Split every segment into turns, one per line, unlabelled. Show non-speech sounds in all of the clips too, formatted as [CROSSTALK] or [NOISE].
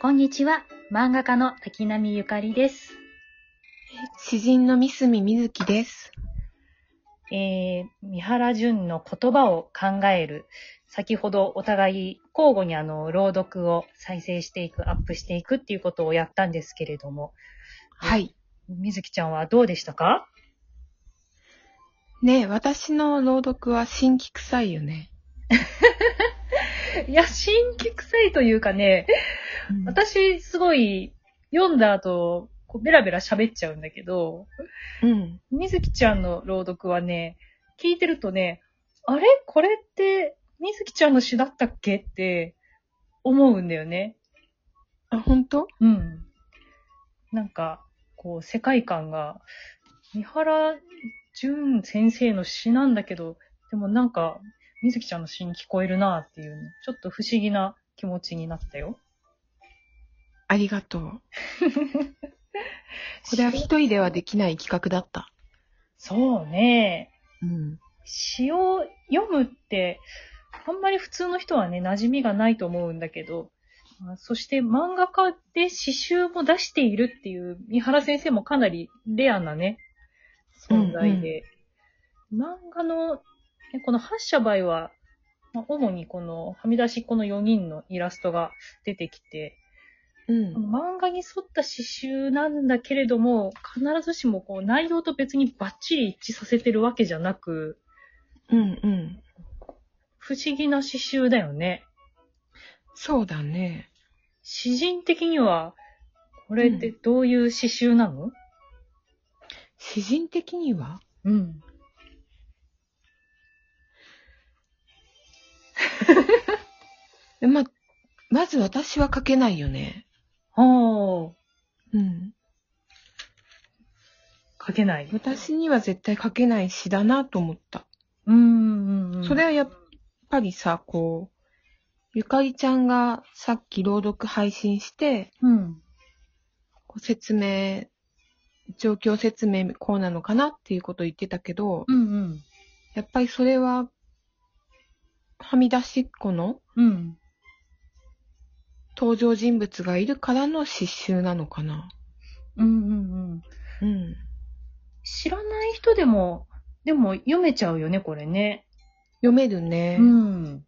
こんにちは。漫画家の滝波ゆかりです。
詩人の三隅みずきです。
えー、三原淳の言葉を考える。先ほどお互い交互にあの、朗読を再生していく、アップしていくっていうことをやったんですけれども、
はい。
みずきちゃんはどうでしたか
ねえ、私の朗読は新規臭いよね。
いや、新規臭いというかね、私すごい読んだ後、こうベラベラ喋っちゃうんだけど、
うん。
みずきちゃんの朗読はね、聞いてるとね、あれこれって、みずきちゃんの詩だったっけって思うんだよね。
あ、本当？
うん。なんか、こう、世界観が、三原淳先生の詩なんだけど、でもなんか、みずきちゃんの詩に聞こえるなっていう、ちょっと不思議な気持ちになったよ。
ありがとう。これは一人ではできない企画だった。
そうね。
うん。
詩を読むって、あんまり普通の人はね、馴染みがないと思うんだけど、あそして漫画家で詩集も出しているっていう、三原先生もかなりレアなね、存在で。漫画の、ねこの発射場合は、まあ主にこの、はみ出しっ子の4人のイラストが出てきて、
うん。
漫画に沿った詩集なんだけれども、必ずしもこう内容と別にバッチリ一致させてるわけじゃなく、
うんうん。
不思議な詩集だよね。
そうだね。
詩人的には、これってどういう詩集なの
詩人的には
うん。
ま、まず私は書けないよね。
は
うん。
あ、書けない。う
私には絶対書けない詩だなと思った。
ーんうんうん。
それはやっぱりさ、こう、ゆかりちゃんがさっき朗読配信して、
うん。
こう説明、状況説明こうなのかなっていうことを言ってたけど
う、んうん。
やっぱりそれは、はみ出しっ子の
うん。
登場人物がいるからの詩集なのかな。
うんうんうん。
うん。
知らない人でも、でも読めちゃうよね、これね。
読めるね。
ん。
うん。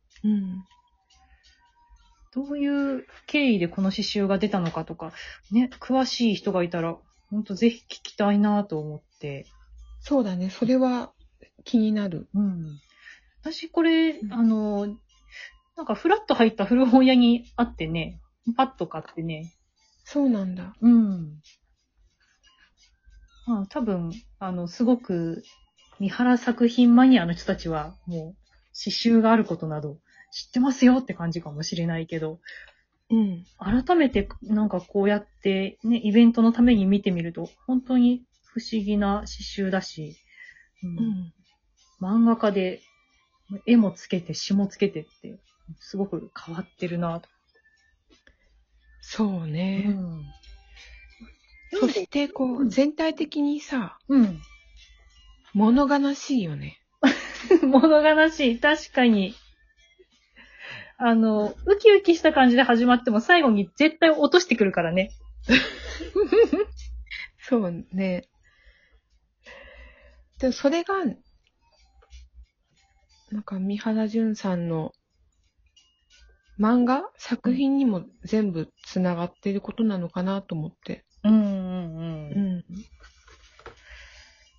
どういう経緯でこの詩集が出たのかとか、ね、詳しい人がいたら、ほんとぜひ聞きたいなと思って。
そうだね。それは気になる。
うん。私、これ、
ん
あの、なんか、フラッと入った古本屋にあってね、パッと買ってね。
そうなんだ。
うん。まあ、多分、あの、すごく、三原作品マニアの人たちは、もう、刺繍があることなど、知ってますよって感じかもしれないけど、
うん。
改めて、なんかこうやって、ね、イベントのために見てみると、本当に不思議な刺繍だし、
う、ん。
漫画家で、絵もつけて、詩もつけてって、すごく変わってるなと。
そう
う
ね。
ん。
そして、こ
う
う、
ん
全体的にさ、
うん。 [LAUGHS]
物悲しいよね。
物悲しい。確かに。あの、ウキウキした感じで始まっても最後に絶対落としてくるからね。
そうね。でもそれが、なんか三原淳さんの漫画作品にも全部つながっていることなのかなと思って。
うんうん
う。ん。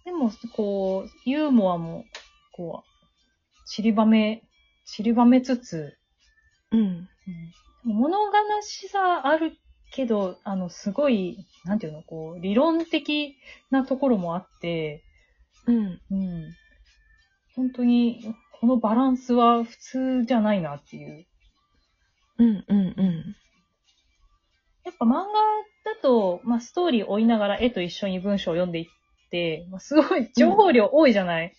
でも、こう、ユーモアも、こう、散りばめ、散りばめつつ、
うん。
うん物悲しさあるけど、あの、すごい、なんていうの、こう、理論的なところもあって、
うん。
うん。本当に、このバランスは普通じゃないなっていう。
うん。うん。うん。
やっぱ漫画だと、まあ、ストーリー追いながら絵と一緒に文章を読んでいって、まあ、すごい情報量多いじゃない、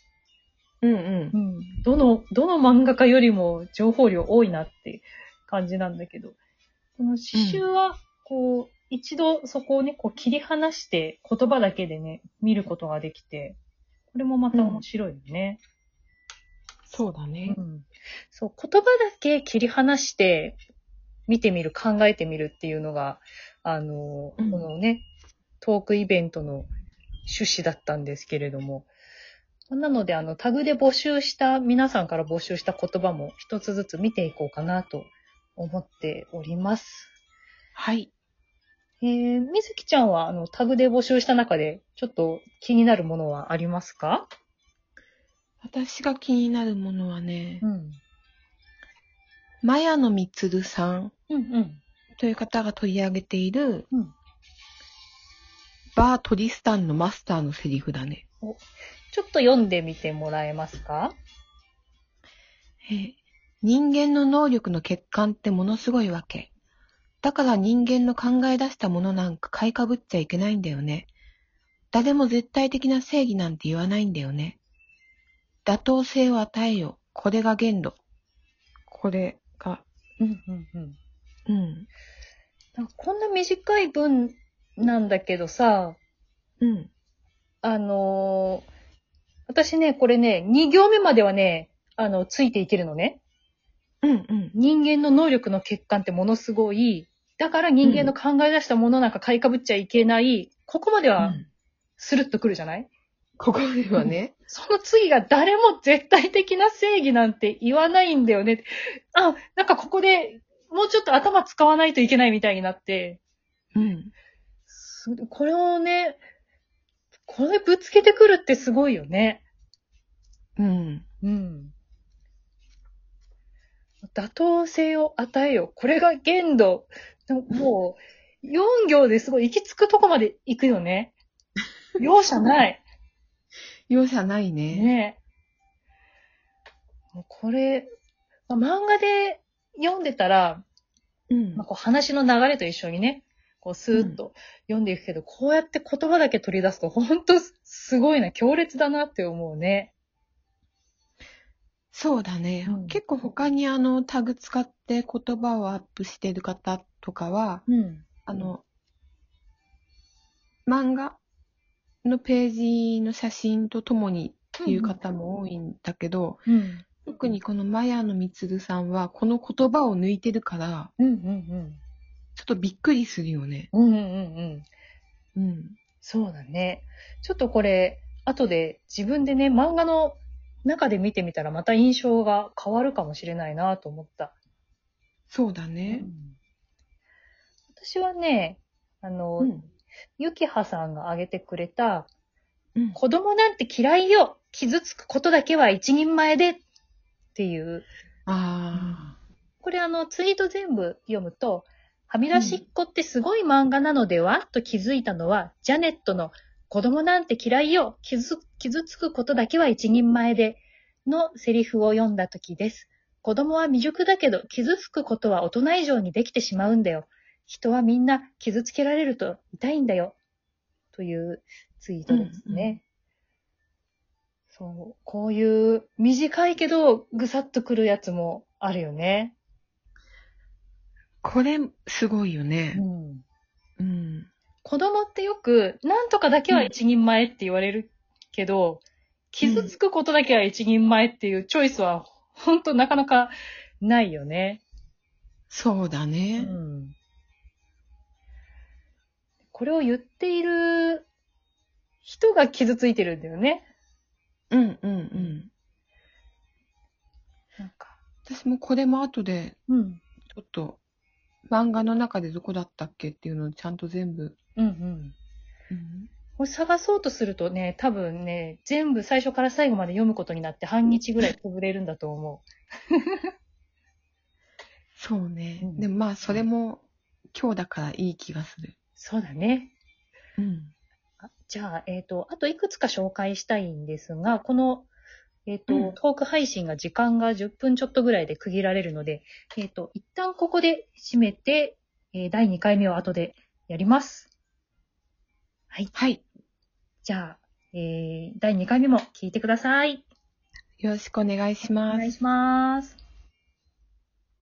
うん。うん。
うん、どの、どの漫画家よりも情報量多いなって感じなんだけど、この詩集は、こう、一度そこをね、こう切り離して言葉だけでね、見ることができて、これもまた面白いよね。
そうだ
う
ね。
んそう、言葉だけ切り離して、見てみる、考えてみるっていうのが、あの、
うん
このね、トークイベントの趣旨だったんですけれども、なので、あの、タグで募集した、皆さんから募集した言葉も一つずつ見ていこうかなと思っております。
はい。
えー、みずきちゃんは、あの、タグで募集した中で、ちょっと気になるものはありますか
私が気になるものはね、
ん。
マヤのみつるさん
うんうん。
という方が取り上げている、
うん
バートリスタンのマスターのセリフだね。
ちょっと読んでみてもらえますか
えー人間の能力の欠陥ってものすごいわけ。だから人間の考え出したものなんか買いかぶっちゃいけないんだよね。誰も絶対的な正義なんて言わないんだよね。妥当性を与えよ。これが限度。これが、
うんうんうん。
うん。
なんかこんな短い文なんだけどさ、
うん。
あのー私ね、これね、2行目まではね、あの、ついていけるのね。
うんうん。
人間の能力の欠陥ってものすごい。だから人間の考え出したものなんか買いかぶっちゃいけない。ここまではスルッとくるじゃない、
ここではね、
その次が誰も絶対的な正義なんて言わないんだよね。あ、なんかここでもうちょっと頭使わないといけないみたいになって。
うん。
すこれをね、これぶつけてくるってすごいよね。
うん。
うん。妥当性を与えよ。これが限度。でももう、4行ですごい行き着くとこまで行くよね。容赦ない。
容赦ないね。
ねえ。もうこれ、まあ漫画で読んでたら、
うん
まあ、こう話の流れと一緒にね、こうスーッと読んでいくけど、こうやって言葉だけ取り出すと、ほんとすごいな、強烈だなって思うね。
そうだね、
うん
結構他にあのタグ使って言葉をアップしてる方とかは、
うん。
あの、漫画のページの写真とともにっていう方も多いんだけど、
うん。
特にこのマヤのみつるさんはこの言葉を抜いてるから、
うんうん
ちょっとびっくりするよね。
うん。うんうんうん。
うん。
そうだね。ちょっとこれ、後で自分でね、漫画の中で見てみたらまた印象が変わるかもしれないなと思った。
そうだ
う
ね。
ん私はね、あの、
うん。
ゆきはさんが挙げてくれた、
うん。
子供なんて嫌いよ傷つくことだけは一人前でっていう。
あ
これあの、ツイート全部読むと、はみ出しっ子ってすごい漫画なのでは、と気づいたのは、ジャネットの子供なんて嫌いよ傷傷つくことだけは一人前でのセリフを読んだ時です。子供は未熟だけど、傷つくことは大人以上にできてしまうんだよ。人はみんな傷つけられると痛いんだよ。というツイートですね。そう、こういう短いけどぐさっとくるやつもあるよね。
あ。これ、すごいよ
う
ね。
ん、
うん。
子供ってよく、なんとかだけは一人前って言われるけど、傷つくことだけは一人前っていうチョイスは、ほんとなかなかないよね。
そうだ
う
ね。
ん。これを言っている人が傷ついてるんだよね。
うん、うん、うん。
なんか。
私もこれも後で、
うん。
ちょっと、漫画の中でどこだったっけっていうのをちゃんと全部。
うんうん。これ探そうとするとね、多分ね、全部最初から最後まで読むことになって半日ぐらい潰れるんだと思
そうね。
うん
でもまあ、それも、今日だからいい気がする。
う。そうだね。
うん。
あじゃあ、えっ、と、あといくつか紹介したいんですが、この、えっ、と、
うん
トーク配信が時間が10分ちょっとぐらいで区切られるので、えっ、と、一旦ここで締めて、えー第2回目を後でやります。
はい。
じゃあ、えー第2回目も聞いてください。
よろしくお願いし
お
ます
願い。します。